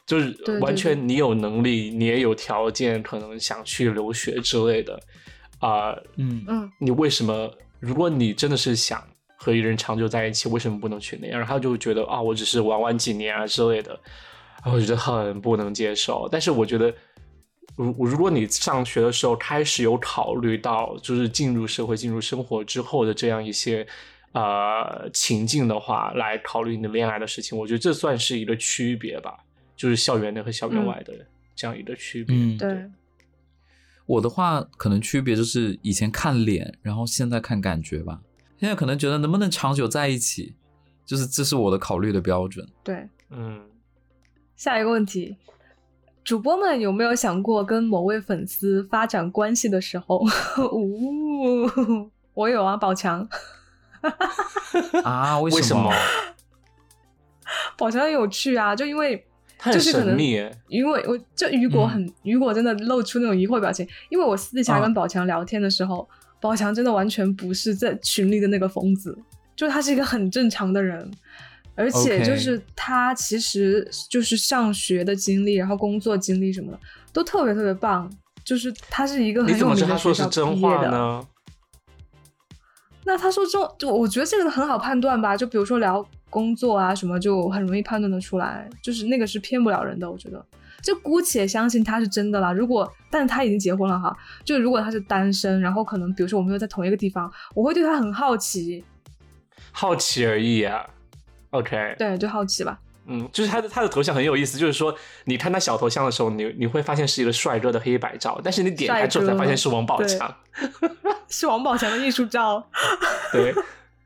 S2: 就是
S3: 对
S2: 完
S3: 对
S2: 全你有能力，你也有条件，可能想去留学之类的啊、
S1: 嗯
S3: 嗯，
S2: 你为什么？如果你真的是想和一个人长久在一起，为什么不能去那样？然后他就会觉得啊，我只是玩玩几年啊之类的，然后我觉得很不能接受。但是我觉得，如如果你上学的时候开始有考虑到，就是进入社会、进入生活之后的这样一些呃情境的话，来考虑你的恋爱的事情，我觉得这算是一个区别吧，就是校园内和校园
S3: 嗯
S2: 外的这样一个区别。
S1: 嗯，
S3: 对，
S1: 我的话可能区别就是以前看脸，然后现在看感觉吧。现在可能觉得能不能长久在一起，就是这是我的考虑的标 准。
S3: 对。
S2: 嗯。
S3: 下一个问题，主播们有没有想过跟某位粉丝发展关系的时候？ 呜、我有啊，宝强，
S1: 啊？为
S2: 为什么？
S3: 宝强很有趣啊，就因为
S2: 他
S3: 就
S2: 很
S3: 是可
S2: 神
S3: 能
S2: 秘耶，
S3: 因为我就雨
S2: 嗯
S3: 果很、雨果真的露出那种疑惑表情，因为我私底下
S1: 啊
S3: 跟宝强聊天的时候，宝强真的完全不是在群里的那个疯子，就他是一个很正常的人，而且
S1: OK
S3: 就是他其实就是上学的经历，然后工作经历什么的都特别特别棒，就是他是一个
S2: 你
S3: 很
S2: 怎
S3: 有
S2: 么知
S3: 名
S2: 道他
S3: 的学
S2: 说的是
S3: 校
S2: 真
S3: 毕业
S2: 话
S3: 的。
S2: 呢？
S3: 那他说这种，就我觉得这个很好判断吧，就比如说聊工作啊什么，就很容易判断得出来，就是那个是骗不了人的，我觉得。就姑且相信他是真的啦。如果，但是他已经结婚了哈。就如果他是单身，然后可能比如说我们又在同一个地方，我会对他很好奇，
S2: 好奇而已啊。OK，
S3: 对，就好奇吧。
S2: 嗯，就是他的他的头像很有意思，就是说你看他小头像的时候，你你会发现是一个帅哥的黑白照，但是你点开之后
S3: 帅
S2: 才
S3: 哥
S2: 发现是王宝
S3: 对
S2: 强。
S3: 是王宝强的艺术照，
S2: 对，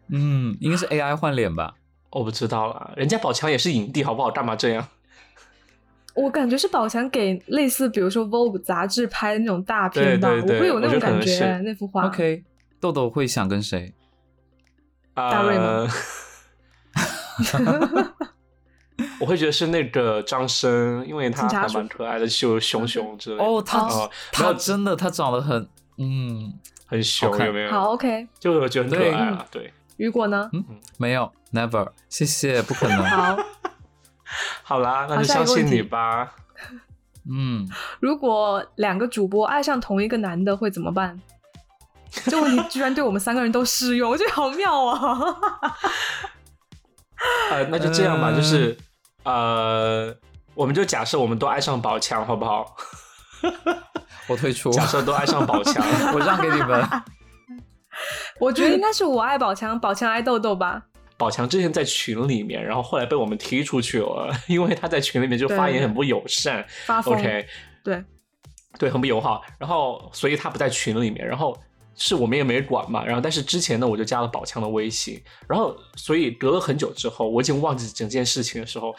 S1: 嗯，应该是 AI 换脸吧？
S2: 我不知道啦，人家宝强也是影帝，好不好？干嘛这样？
S3: 我感觉是宝强给类似比如说 Vogue 杂志拍的那种大片吧，
S2: 对对对
S3: 我会有那
S2: 我觉
S3: 种
S2: 得可
S3: 感
S2: 能
S3: 觉，
S2: 是
S3: 那幅画。
S1: OK，豆豆会想跟谁？
S2: 啊、
S3: 大瑞吗
S2: 我会觉得是那个张生，因为他
S3: 警察
S2: 还
S3: 叔嗯
S2: 蛮可爱的，就熊熊之类的，
S1: 哦，他、
S2: 哦
S1: 他真的他长得很，嗯，
S2: 很熊
S1: 好看
S2: 有没有？
S3: 好，OK，
S2: 就我觉得很可
S1: 对
S2: 爱啊。对，
S3: 雨果呢？
S1: 没有，never，谢谢，不可能，
S3: 好，
S2: 好啦，那
S3: 好
S2: 就
S3: 下一
S2: 相
S3: 个
S2: 信
S3: 问题
S2: 你吧。
S1: 嗯，
S3: 如果两个主播爱上同一个男的会怎么办？ 这问题居然对我们三个人都适用，我觉得好妙啊！
S2: 呃，那就这样吧，
S1: 嗯
S2: 就是呃，我们就假设我们都爱上宝强，好不好？
S1: 我退出，
S2: 假设都爱上宝强，
S1: 我让给你 们，
S3: 我觉得应该是我爱宝强，宝强爱豆豆吧。
S2: 宝强之前在群里面，然后后来被我们踢出去了，因为他在群里面就发言很不友善。
S3: 发疯
S2: OK，
S3: 对，
S2: 对，很不友好。然后，所以他不在群里面，然后是我们也没管嘛。然后，但是之前呢，我就加了宝强的微信，然后所以隔了很久之后，我已经忘记整件事情的时候，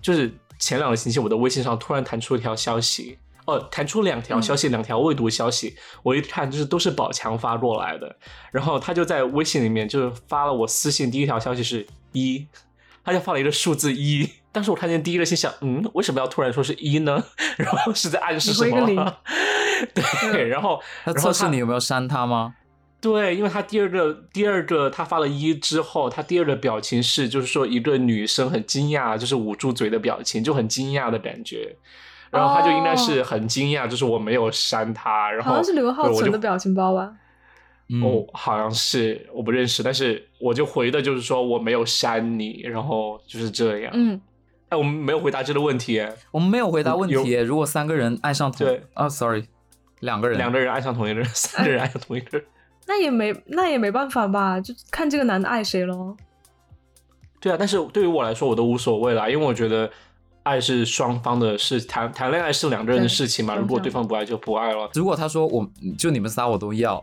S2: 就是前两个星期我的微信上突然弹出一条消息，哦，弹出两
S3: 嗯
S2: 条消息，两条未读消息。我一看，就是都是宝强发过来的。然后他就在微信里面就是发了我私信，第一条消息是一，他就发了一个数字一。当时我看见第一个心想，嗯，为什么要突然说是一呢？ 然后是在暗示什
S3: 你回
S2: 么
S3: 个零？ 嗯
S2: 对，然后
S1: 他
S2: 然
S1: 测
S2: 后
S1: 试你有没有删他吗？
S2: 对，因为他第二个第二个他发了一之后，他第二个表情是就是说一个女生很惊讶，就是捂住嘴的表情，就很惊讶的感觉。然后他就应该是很惊讶，就是我没有删他，然后
S3: 哦好像是刘浩
S2: 对我
S3: 存
S2: 就
S3: 的表情包吧？
S1: 嗯，
S2: 哦，好像是我不认识，但是我就回的就是说我没有删你，然后就是这样。
S3: 嗯，
S2: 哎，我们没有回答这个问题耶，
S1: 我们没有回答问
S2: 有
S1: 题耶，如果三个人爱上同
S2: 对，
S1: 啊，sorry，两个人，
S2: 两个人爱上同一个人，三个人爱上同一个人。
S3: 那也没那也没办法吧，就看这个男的爱谁喽。
S2: 对啊，但是对于我来说，我都无所谓啦，因为我觉得爱是双方的事，谈谈恋爱是两个人的事情嘛。
S3: 对
S2: 如果
S3: 双向
S2: 对方不爱，就不爱了。
S1: 如果他说我就你们仨我都要，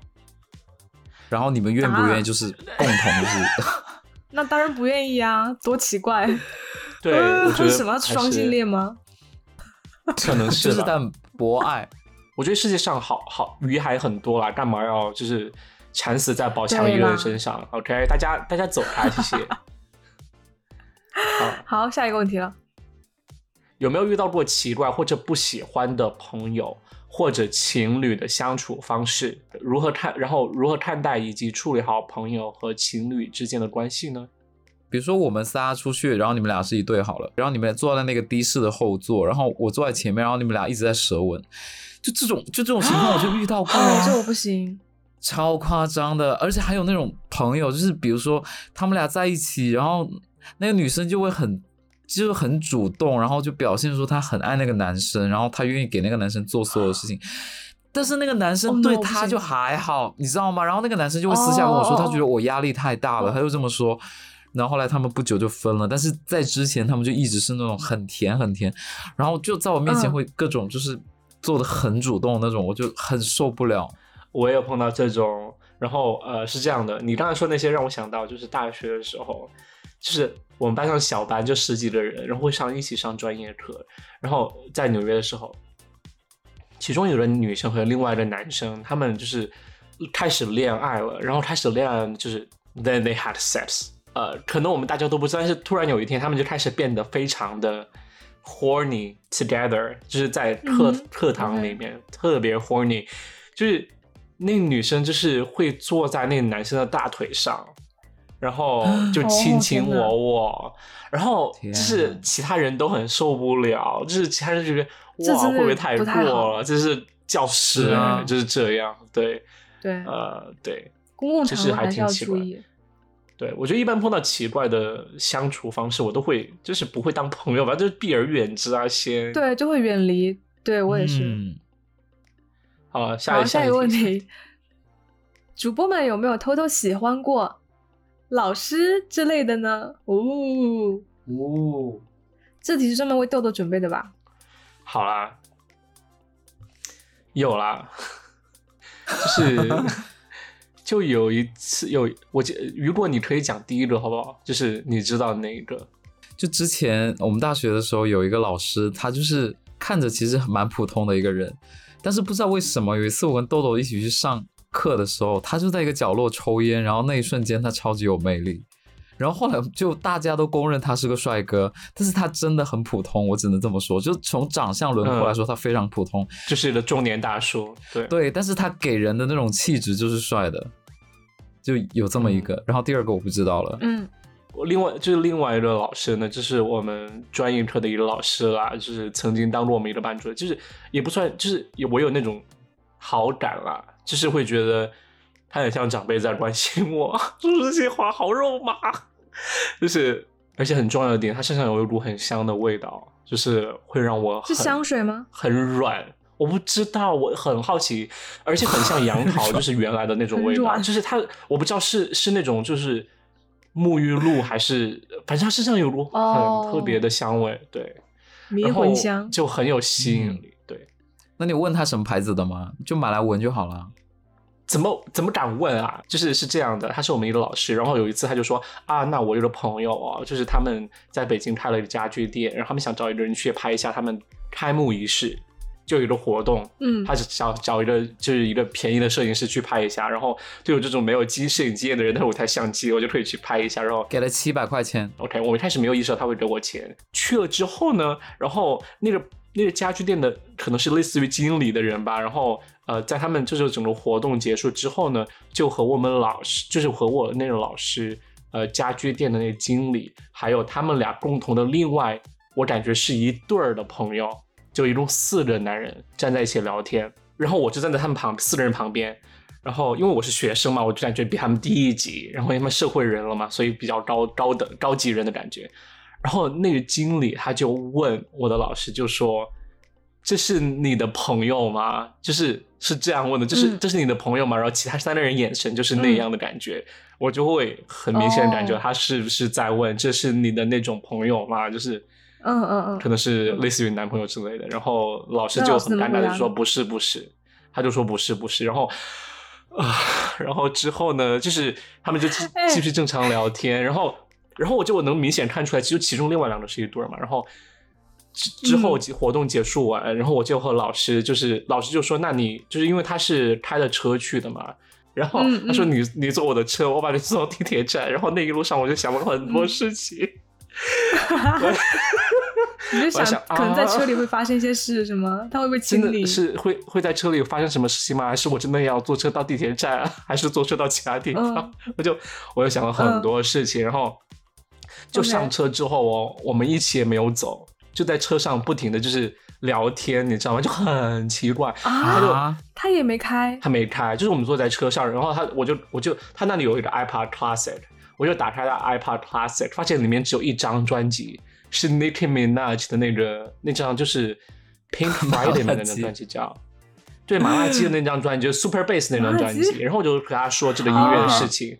S1: 然后你们愿不愿
S3: 啊
S1: 意就是共同就是，
S3: 那当然不愿意啊，多奇怪！
S2: 对，我 觉得
S3: 啊什么
S2: 还是
S3: 双性恋吗？
S2: 可能 是
S1: 就是
S2: 吧。
S1: 但博爱，
S2: 我觉得世界上好好鱼还很多啦，干嘛要就是缠死在宝强
S3: 对
S2: 一个
S3: 啦
S2: 人身上？OK，大家大家走开，谢 谢。好，
S3: 好，下一个问题了。
S2: 有没有遇到过奇怪或者不喜欢的朋友或者情侣的相处方式？如何看？然后如何看待以及处理好朋友和情侣之间的关系呢？
S1: 比如说我们仨出去，然后你们俩是一对好了，然后你们俩坐在那个的士的后座，然后我坐在前面，然后你们俩一直在舌吻，就这种就这种情况我就遇到过啊、
S3: 哦，这我不行。
S1: 超夸张的，而且还有那种朋友，就是比如说他们俩在一起，然后那个女生就会很。就是很主动，然后就表现出她很爱那个男生，然后她愿意给那个男生做所有事情，但是那个男
S3: 哦
S1: 生
S3: ，no，
S1: 对
S3: 不
S1: 她
S3: 行
S1: 就还好，你知道吗？然后那个男生就会私下跟我说，
S3: 哦
S1: 他觉得我压力太大了，他就这么说。然后后来他们不久就分了，但是在之前他们就一直是那种很甜很甜，然后就在我面前
S3: 嗯
S1: 会各种就是做的很主动的那种，我就很受不了。
S2: 我也有碰到这种，然后呃是这样的，你刚才说那些让我想到就是大学的时候，就是我们班上小班就十几个人，然后会上一起上专业课，然后在纽约的时候，其中有个女生和另外一个男生，他们就是开始恋爱了，然后开始恋爱就是 then they had sex，呃，可能我们大家都不知道，但是突然有一天他们就开始变得非常的 horny together，就是在课、
S3: 嗯
S2: 课堂里面特别 horny，就是那女生就是会坐在那男生的大腿上，然 后就卿卿
S3: 天哪
S2: 我
S3: 哦
S2: 我，然后就
S1: 天
S2: 是
S1: 哪
S2: 其他人都很受不了，就是其他人就觉得
S3: 这
S2: 哇
S3: 真
S2: 会
S3: 的
S2: 不会太
S3: 不太
S2: 过
S3: 好
S2: 了，这是教
S1: 是
S2: 师
S1: 啊
S2: 就是这样，对，
S3: 对，
S2: 呃，对。
S3: 公共场
S2: 其
S3: 合
S2: 实还
S3: 还是要
S2: 挺奇
S3: 注
S2: 怪
S3: 意。
S2: 对，我觉得一般碰到奇怪的相处方式，我都会就是不会当朋友吧，就是避而远之啊。先，
S3: 对，就会远离。对我也是。
S1: 嗯
S2: 好了，下
S3: 好，
S2: 一
S3: 下一个
S2: 题
S3: 问题，主播们有没有偷偷喜欢过老师之类的呢？哦，
S2: 哦，
S3: 这题是专门为豆豆准备的吧？
S2: 好啦，有啦，就是就有一次有我记，如果你可以讲第一个好不好？就是你知道哪一个？
S1: 就之前我们大学的时候，有一个老师，他就是看着其实蛮普通的一个人，但是不知道为什么，有一次我跟豆豆一起去上课的时候，他就在一个角落抽烟，然后那一瞬间他超级有魅力，然后后来就大家都公认他是个帅哥，但是他真的很普通，我只能这么说，就从长相轮廓来说，他非常普通。
S2: 就是个中年大叔，对，
S1: 对，但是他给人的那种气质就是帅的，就有这么一个。然后第二个我不知道了，
S3: 嗯，
S2: 我另外就是另外一个老师呢，就是我们专业课的一个老师啦，就是曾经当过我们一个班主任，就是也不算，就是也我有那种好感啦，就是会觉得他很像长辈在关心我， 就是这些话好肉麻，就是而且很重要的点，他身上有一股很香的味道，就是会让我
S3: 是
S2: 很
S3: 香水吗？
S2: 很软，我不知道，我很好奇，而且很像杨 桃，就是原来的那种味
S3: 很
S2: 道，
S3: 软
S2: 就是它，我不知道是是那种就是沐浴露还是，反正它身上有股
S3: 哦
S2: 很特别的香味，对，
S3: 迷
S2: 然后
S3: 魂香，嗯
S2: 就很有吸引力，对，
S1: 那你问他什么牌子的吗？就买来闻就好了。
S2: 怎么怎么敢问啊？就是是这样的，他是我们一个老师，然后有一次他就说啊，那我有个朋友哦，就是他们在北京开了一个家具店，然后他们想找一个人去拍一下他们开幕仪式，就有一个活动，
S3: 嗯，
S2: 他是找找一个就是一个便宜的摄影师去拍一下，然后就有这种没有机摄影经验的人，但是我台相机，我就可以去拍一下。然后
S1: 给了七百块钱，
S2: OK，我一开始没有意识到他会给我钱，去了之后呢，然后那个那个家具店的可能是类似于经理的人吧，然后呃，在他们就是整个活动结束之后呢，就和我们老师，就是和我那个老师，呃，家具店的那个经理，还有他们俩共同的另外，我感觉是一对儿的朋友，就一共四个男人站在一起聊天，然后我就站在他们旁四个人旁边，然后因为我是学生嘛，我就感觉比他们低一级，然后因为他们社会人了嘛，所以比较高高等高级人的感觉。然后那个经理他就问我的老师，就说：“这是你的朋友吗？”就是是这样问的，就是、
S3: 嗯
S2: 这是你的朋友吗？然后其他三个人眼神就是那样的感觉，我就会很明显的感觉
S3: 哦
S2: 他是不是在问：“这是你的那种朋友吗？”就是
S3: 嗯嗯嗯
S2: 可能是类似于男朋友之类的。然后老师
S3: 那
S2: 就
S3: 老师
S2: 很
S3: 怎么
S2: 尴
S3: 回
S2: 尬
S3: 答
S2: 的说：“
S3: 呢
S2: 不是，不是。”他就说：“不是，不是。”然后啊、然后之后呢，就是他们就继
S3: 哎
S2: 继续正常聊天，然后然后我就我能明显看出来，其实其中另外两个是一对儿嘛，然后。之之后
S3: 嗯
S2: 几活动结束完，然后我就和老师，就是老师就说：“那你就是因为他是开着车去的嘛，然后
S3: 嗯
S2: 他说
S3: 嗯
S2: 你你坐我的车，我把你送到地铁站，然后那一路上我就想了很多
S3: 嗯
S2: 事情，
S3: 你就想
S2: 想
S3: 可能在
S2: 啊
S3: 车里会发生一些事，什么？他会不会
S2: 真
S3: 清理？
S2: 的是会会在车里发生什么事情吗？还是我真的要坐车到地铁站，还是坐车到其他地方？
S3: 嗯
S2: 我就我就想了很多事情，然后就
S3: OK
S2: 上车之后哦，我们一起也没有走，就在车上不停的就是聊天，你知道吗？就很奇怪，
S3: 啊，
S2: 他就
S1: 啊，
S3: 他也没开，
S2: 他没开，就是我们坐在车上，然后他我就我就他那里有一个 iPod Classic，我就打开了 iPod Classic，发现里面只有一张专辑，是 Nicki Minaj 的那个那张就是 Pink Friday 里面的那张专辑叫。对麻辣鸡的那张专辑，就是 Super Bass 那张专
S3: 麻辣
S2: 辑，
S3: 鸡啊
S2: 然后我就和他说这个音乐的事情，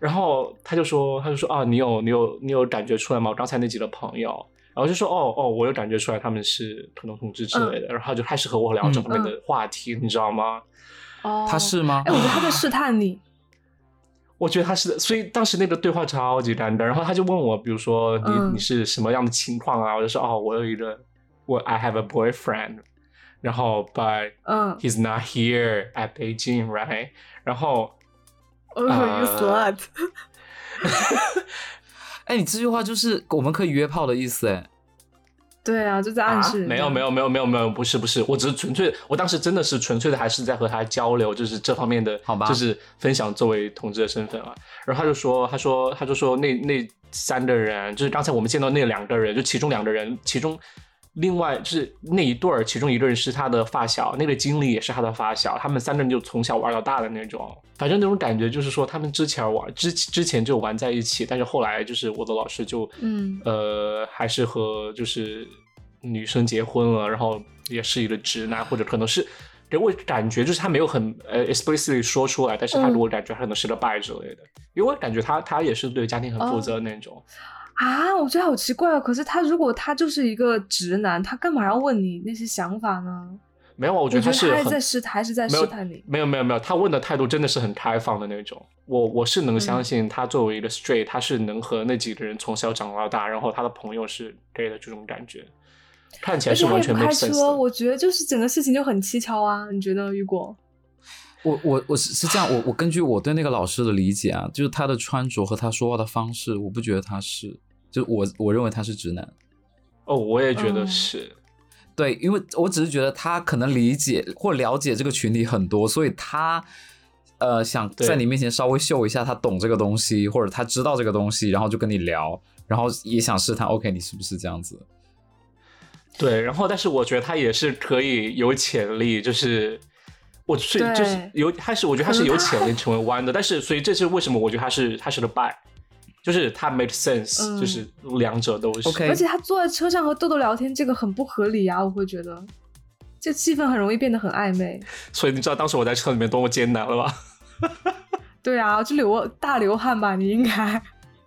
S2: 然后他就说，他就说啊，你有你有你有感觉出来吗？我刚才那几个朋友，然后就说哦哦，我有感觉出来他们是可能同志之
S3: 嗯
S2: 类的，然后他就开始和我聊这方面的话题，你知道吗？
S3: 哦，
S1: 他是吗
S3: 哎，？我觉得他在试探你，
S2: 我觉得他是的，所以当时那个对话超级尴尬。然后他就问我，比如说你、
S3: 嗯
S2: 你是什么样的情况啊？我就说哦，我有一个我 I have a boyfriend，然后 but
S3: 嗯
S2: he's not here at Beijing right？然后
S3: ，Oh
S2: 啊
S3: you slut，
S1: 哎，你这句话就是我们可以约炮的意思，哎，
S3: 对啊，就在暗示人家，
S2: 没有没有没有没有没有，不是不是，我只是纯粹，我当时真的是纯粹的，还是在和他交流，就是这方面的，
S1: 好吧
S2: 就是分享作为同志的身份啊。然后他就说，他说他就说那那三个人，就是刚才我们见到那两个人，就其中两个人，其中另外就是那一对儿，其中一个人是他的发小，那个经理也是他的发小，他们三个人就从小玩到大的那种，反正那种感觉就是说他们之前玩之之前就玩在一起，但是后来就是我的老师就
S3: 嗯
S2: 呃，还是和就是女生结婚了，然后也是一个直男，或者可能是给我感觉就是他没有很呃 explicitly 说出来，但是他
S3: 嗯
S2: 给我感觉他可能是个 bi 之类的，因为我感觉他他也是对家庭
S3: 哦
S2: 很负责的那种。
S3: 啊，我觉得好奇怪哦。可是他如果他就是一个直男，他干嘛要问你那些想法呢？
S2: 没有啊，我
S3: 我
S2: 觉得
S3: 他
S2: 是
S3: 还
S2: 很
S3: 在试，还是在
S2: 没有
S3: 试探你。
S2: 没有没有没有，他问的态度真的是很开放的那种。我我是能相
S3: 嗯
S2: 信他作为一个 straight，他是能和那几个人从小长到大，然后他的朋友是 gay 的这种感觉，看起来
S3: 而
S2: 是
S3: 且他
S2: 完
S3: 也
S2: 全
S3: 不
S2: make
S3: 开
S2: sense
S3: 车，
S2: 的。
S3: 我觉得就是整个事情就很蹊跷啊，你觉得呢，雨果？
S1: 我我我是是这样，我我根据我对那个老师的理解啊，就是他的穿着和他说话的方式，我不觉得他是，就我我认为他是直男。
S2: 哦，我也觉
S3: 嗯
S2: 得是。
S1: 对，因为我只是觉得他可能理解或了解这个群体很多，所以他呃想
S2: 对
S1: 在你面前稍微秀一下他懂这个东西，或者他知道这个东西，然后就跟你聊，然后也想试探，OK，你是不是这样子？
S2: 对，然后但是我觉得他也是可以有潜力，就是我是
S3: 对
S2: 就是有，他是我觉得他是有潜力成为弯的，但是所以这是为什么我觉得他是他是个 by，就是他 make sense，、
S3: 嗯
S2: 就是两者都是。
S1: OK
S3: 而且他坐在车上和豆豆聊天，这个很不合理啊，我会觉得，这气氛很容易变得很暧昧。
S2: 所以你知道当时我在车里面多么艰难了吧？
S3: 对啊，就流大流汗吧，你应该。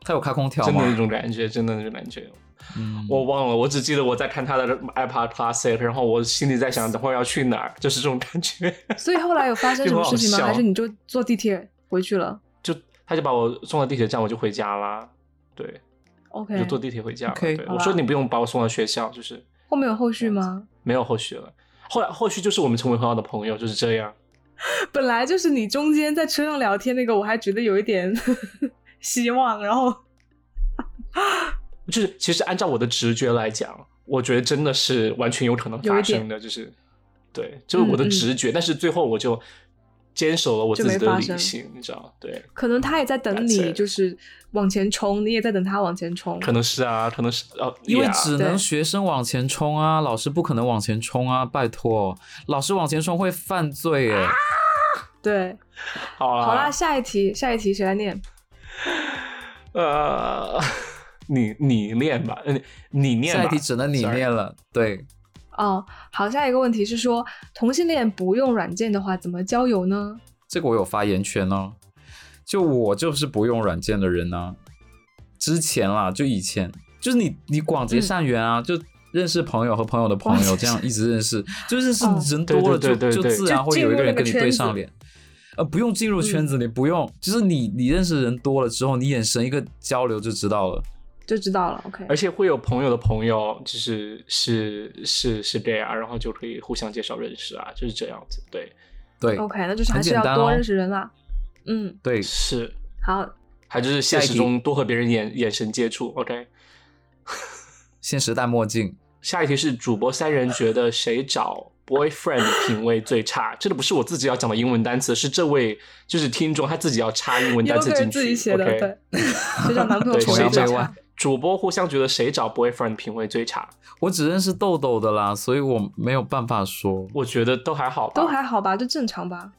S1: 他有开空调
S2: 真的那
S1: 吗？
S2: 种感觉，真的那种感觉。
S1: 嗯，
S2: 我忘了，我只记得我在看他的 iPad Classic，然后我心里在想，等会儿要去哪儿，就是这种感觉。
S3: 所以后来有发生什么事情
S2: 就很
S3: 吗？
S2: 好笑
S3: 还是你就坐地铁回去了
S2: 就他就把我送到地铁站，我就回家啦。对，
S3: ？OK，
S2: 就坐地铁回家了。
S1: OK
S2: 对，
S3: 好
S2: 我说
S3: 吧
S2: 你不用把我送到学校，就是
S3: 后面有后续吗？
S2: 没有后续了。后来后续就是我们成为很好的朋友，就是这样。
S3: 本来就是你中间在车上聊天那个，我还觉得有一点 希望，然后
S2: 就是其实按照我的直觉来讲，我觉得真的是完全有可能发生的，就是对，就是我的
S3: 嗯嗯
S2: 直觉。但是最后我就坚守了我
S3: 就
S2: 自己
S3: 没
S2: 的
S3: 发
S2: 理
S3: 生
S2: 性，你知道？对，
S3: 可能他也在等
S2: That's
S3: 你，
S2: it
S3: 就是往前冲，你也在等他往前冲。
S2: 可能是啊，可能是哦，
S1: 因为
S2: yeah
S1: 只能学生往前冲啊，老师不可能往前冲啊，拜托，老师往前冲会犯罪
S2: 啊
S1: 哎、
S3: 对，
S2: 好啦，
S3: 好啦，下一题，下一题谁来念？
S2: 呃，你你念吧，嗯，你念 吧。
S1: 下一题只能你
S2: Sorry
S1: 念了，对，
S3: 哦，好，下一个问题是说，同性恋不用软件的话，怎么交友呢？
S1: 这个我有发言权哦。就我就是不用软件的人呢、之前啦，就以前，就是你你广结善缘啊，就认识朋友和朋友的朋友，
S3: 嗯广结
S1: 这
S3: 善
S1: 样一直认 识，就认识
S3: 哦
S1: 人多了，
S2: 对对对
S1: 就
S2: 对对
S1: 自然会有一人跟你对上脸。呃，不用进入圈
S3: 嗯
S1: 子，你不用，就是你你认识人多了之后，你眼神一个交流就知道了。
S3: 就知道了。OK，
S2: 而且会有朋友的朋友，就是是是是这样，然后就可以互相介绍认识啊，就是这样子。对，
S1: 对
S3: OK，那就是
S1: 很
S3: 还是
S1: 简
S3: 要
S1: 单
S3: 多
S1: 哦
S3: 认识人啦。
S2: 哦
S3: 嗯，
S1: 对，
S2: 是，
S3: 好，
S2: 还就是现
S1: 下
S2: 实
S1: 一题
S2: 中多和别人眼眼神接触。OK，
S1: 现实戴墨镜，
S2: 下一题是主播三人觉得谁找 boyfriend 的品味最差？这个不是我自己要讲的英文单词，是这位就是听众他自己要插英文
S3: 有
S2: 单
S3: 个
S2: 词
S3: 人
S2: 进去。
S3: 自己写的
S2: o k
S3: 对， 谁找男朋友
S2: 对，
S3: 品
S1: 崇
S2: 谁
S3: 味
S1: 洋
S3: 最
S1: 媚外
S2: 找
S3: 差？
S2: 主播互相觉得谁找 boyfriend 品味最差？
S1: 我只认识豆豆的啦，所以我没有办法说。
S2: 我觉得都还好吧，
S3: 都还好吧，就正常吧。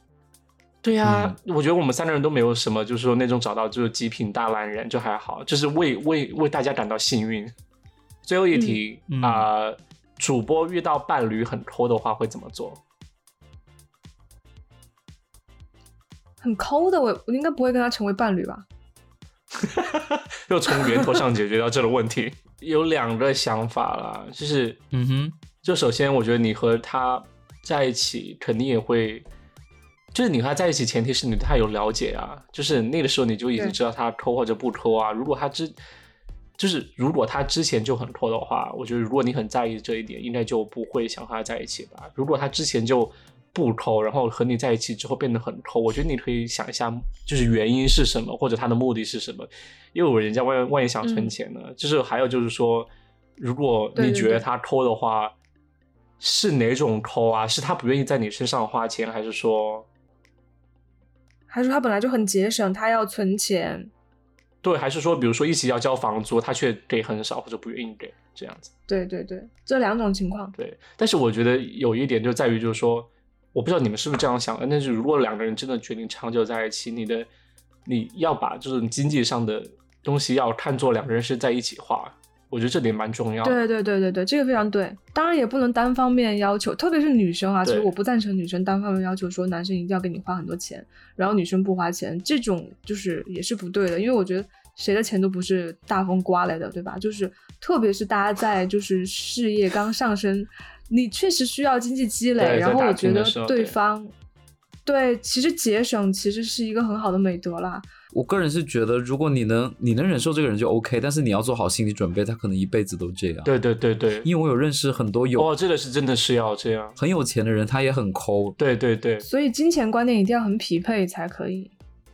S2: 对呀、
S1: 嗯
S2: 我觉得我们三个人都没有什么，就是说那种找到就是极品大烂人，就还好，就是为为为大家感到幸运。最后一题啊、
S1: 嗯嗯
S2: 主播遇到伴侣很抠的话会怎么做？
S3: 很抠的，我我应该不会跟他成为伴侣吧？
S2: 又从源头上解决掉这个问题， 有两个想法啦，就是
S1: 嗯哼，
S2: 就首先，我觉得你和他在一起，肯定也会，就是你和他在一起，前提是你对他有了解啊，就是那个时候你就已经
S3: 对
S2: 知道他抠或者不抠啊。如果他之，就是如果他之前就很抠的话，我觉得如果你很在意这一点，应该就不会想和他在一起吧。如果他之前就不抠，然后和你在一起之后变得很抠，我觉得你可以想一下，就是原因是什么，或者他的目的是什么。因为人家万一万一想存钱呢，就是还有就是说，如果
S3: 对
S2: 你
S3: 对
S2: 觉得
S3: 对
S2: 他抠的话，是哪种抠啊？是他不愿意在你身上花钱，还是说
S3: 还是他本来就很节省，他要存钱？
S2: 对，还是说比如说一起要交房租，他却给很少或者不愿意给这样子？
S3: 对对对，这两种情况。
S2: 对，但是我觉得有一点就在于，就是说，我不知道你们是不是这样想的，但是如果两个人真的决定长久在一起，你的你要把这种经济上的东西要看作两个人是在一起花，我觉得这点蛮重要的。
S3: 对对对对对，这个非常对。当然也不能单方面要求，特别是女生啊，其
S2: 对
S3: 实我不赞成女生单方面要求说男生一定要给你花很多钱，然后女生不花钱，这种就是也是不对的，因为我觉得谁的钱都不是大风刮来的，对吧？就是特别是大家在就是事业刚上升，你确实需要经济积累，
S2: 对
S3: 然
S2: 在
S3: 后
S2: 打
S3: 我觉
S2: 拼的
S3: 得
S2: 时候对
S3: 对方对，其实节省其实是一个很好的美德啦。
S1: 我个人是觉得，如果你能你能忍受这个人就 OK，但是你要做好心理准备，他可能一辈子都这样。，
S2: 对对对对，
S1: 因为我有认识很多有
S2: 哦，这个是真的是要这样，
S1: 很有钱的人，他也很抠。
S2: 对对对
S3: 所以金钱观念一定要很匹配才可以。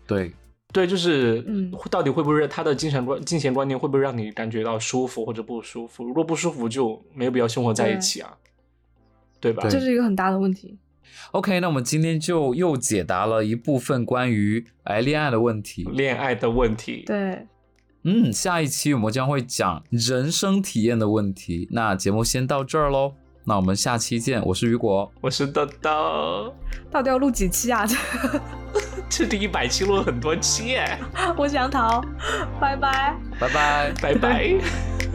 S1: 对，
S2: 对，就是
S3: 嗯
S2: 到底会不会让他的金钱观金钱观念会不会让你感觉到舒服或者不舒服？如果不舒服，就没有必要生活在一起啊，对吧？
S1: 对
S3: 这是一个很大的问题。
S1: OK，那我们今天就又解答了一部分关于哎恋爱的问题。
S2: 恋爱的问题，
S3: 对，
S1: 嗯，下一期我们将会讲人生体验的问题。那节目先到这儿喽，那我们下期见。我是雨果，
S2: 我是叨叨，
S3: 到底要录几期啊？
S2: 这第一百期录了很多期耶，
S3: 我想逃，拜拜。
S1: 拜拜。
S2: 拜拜。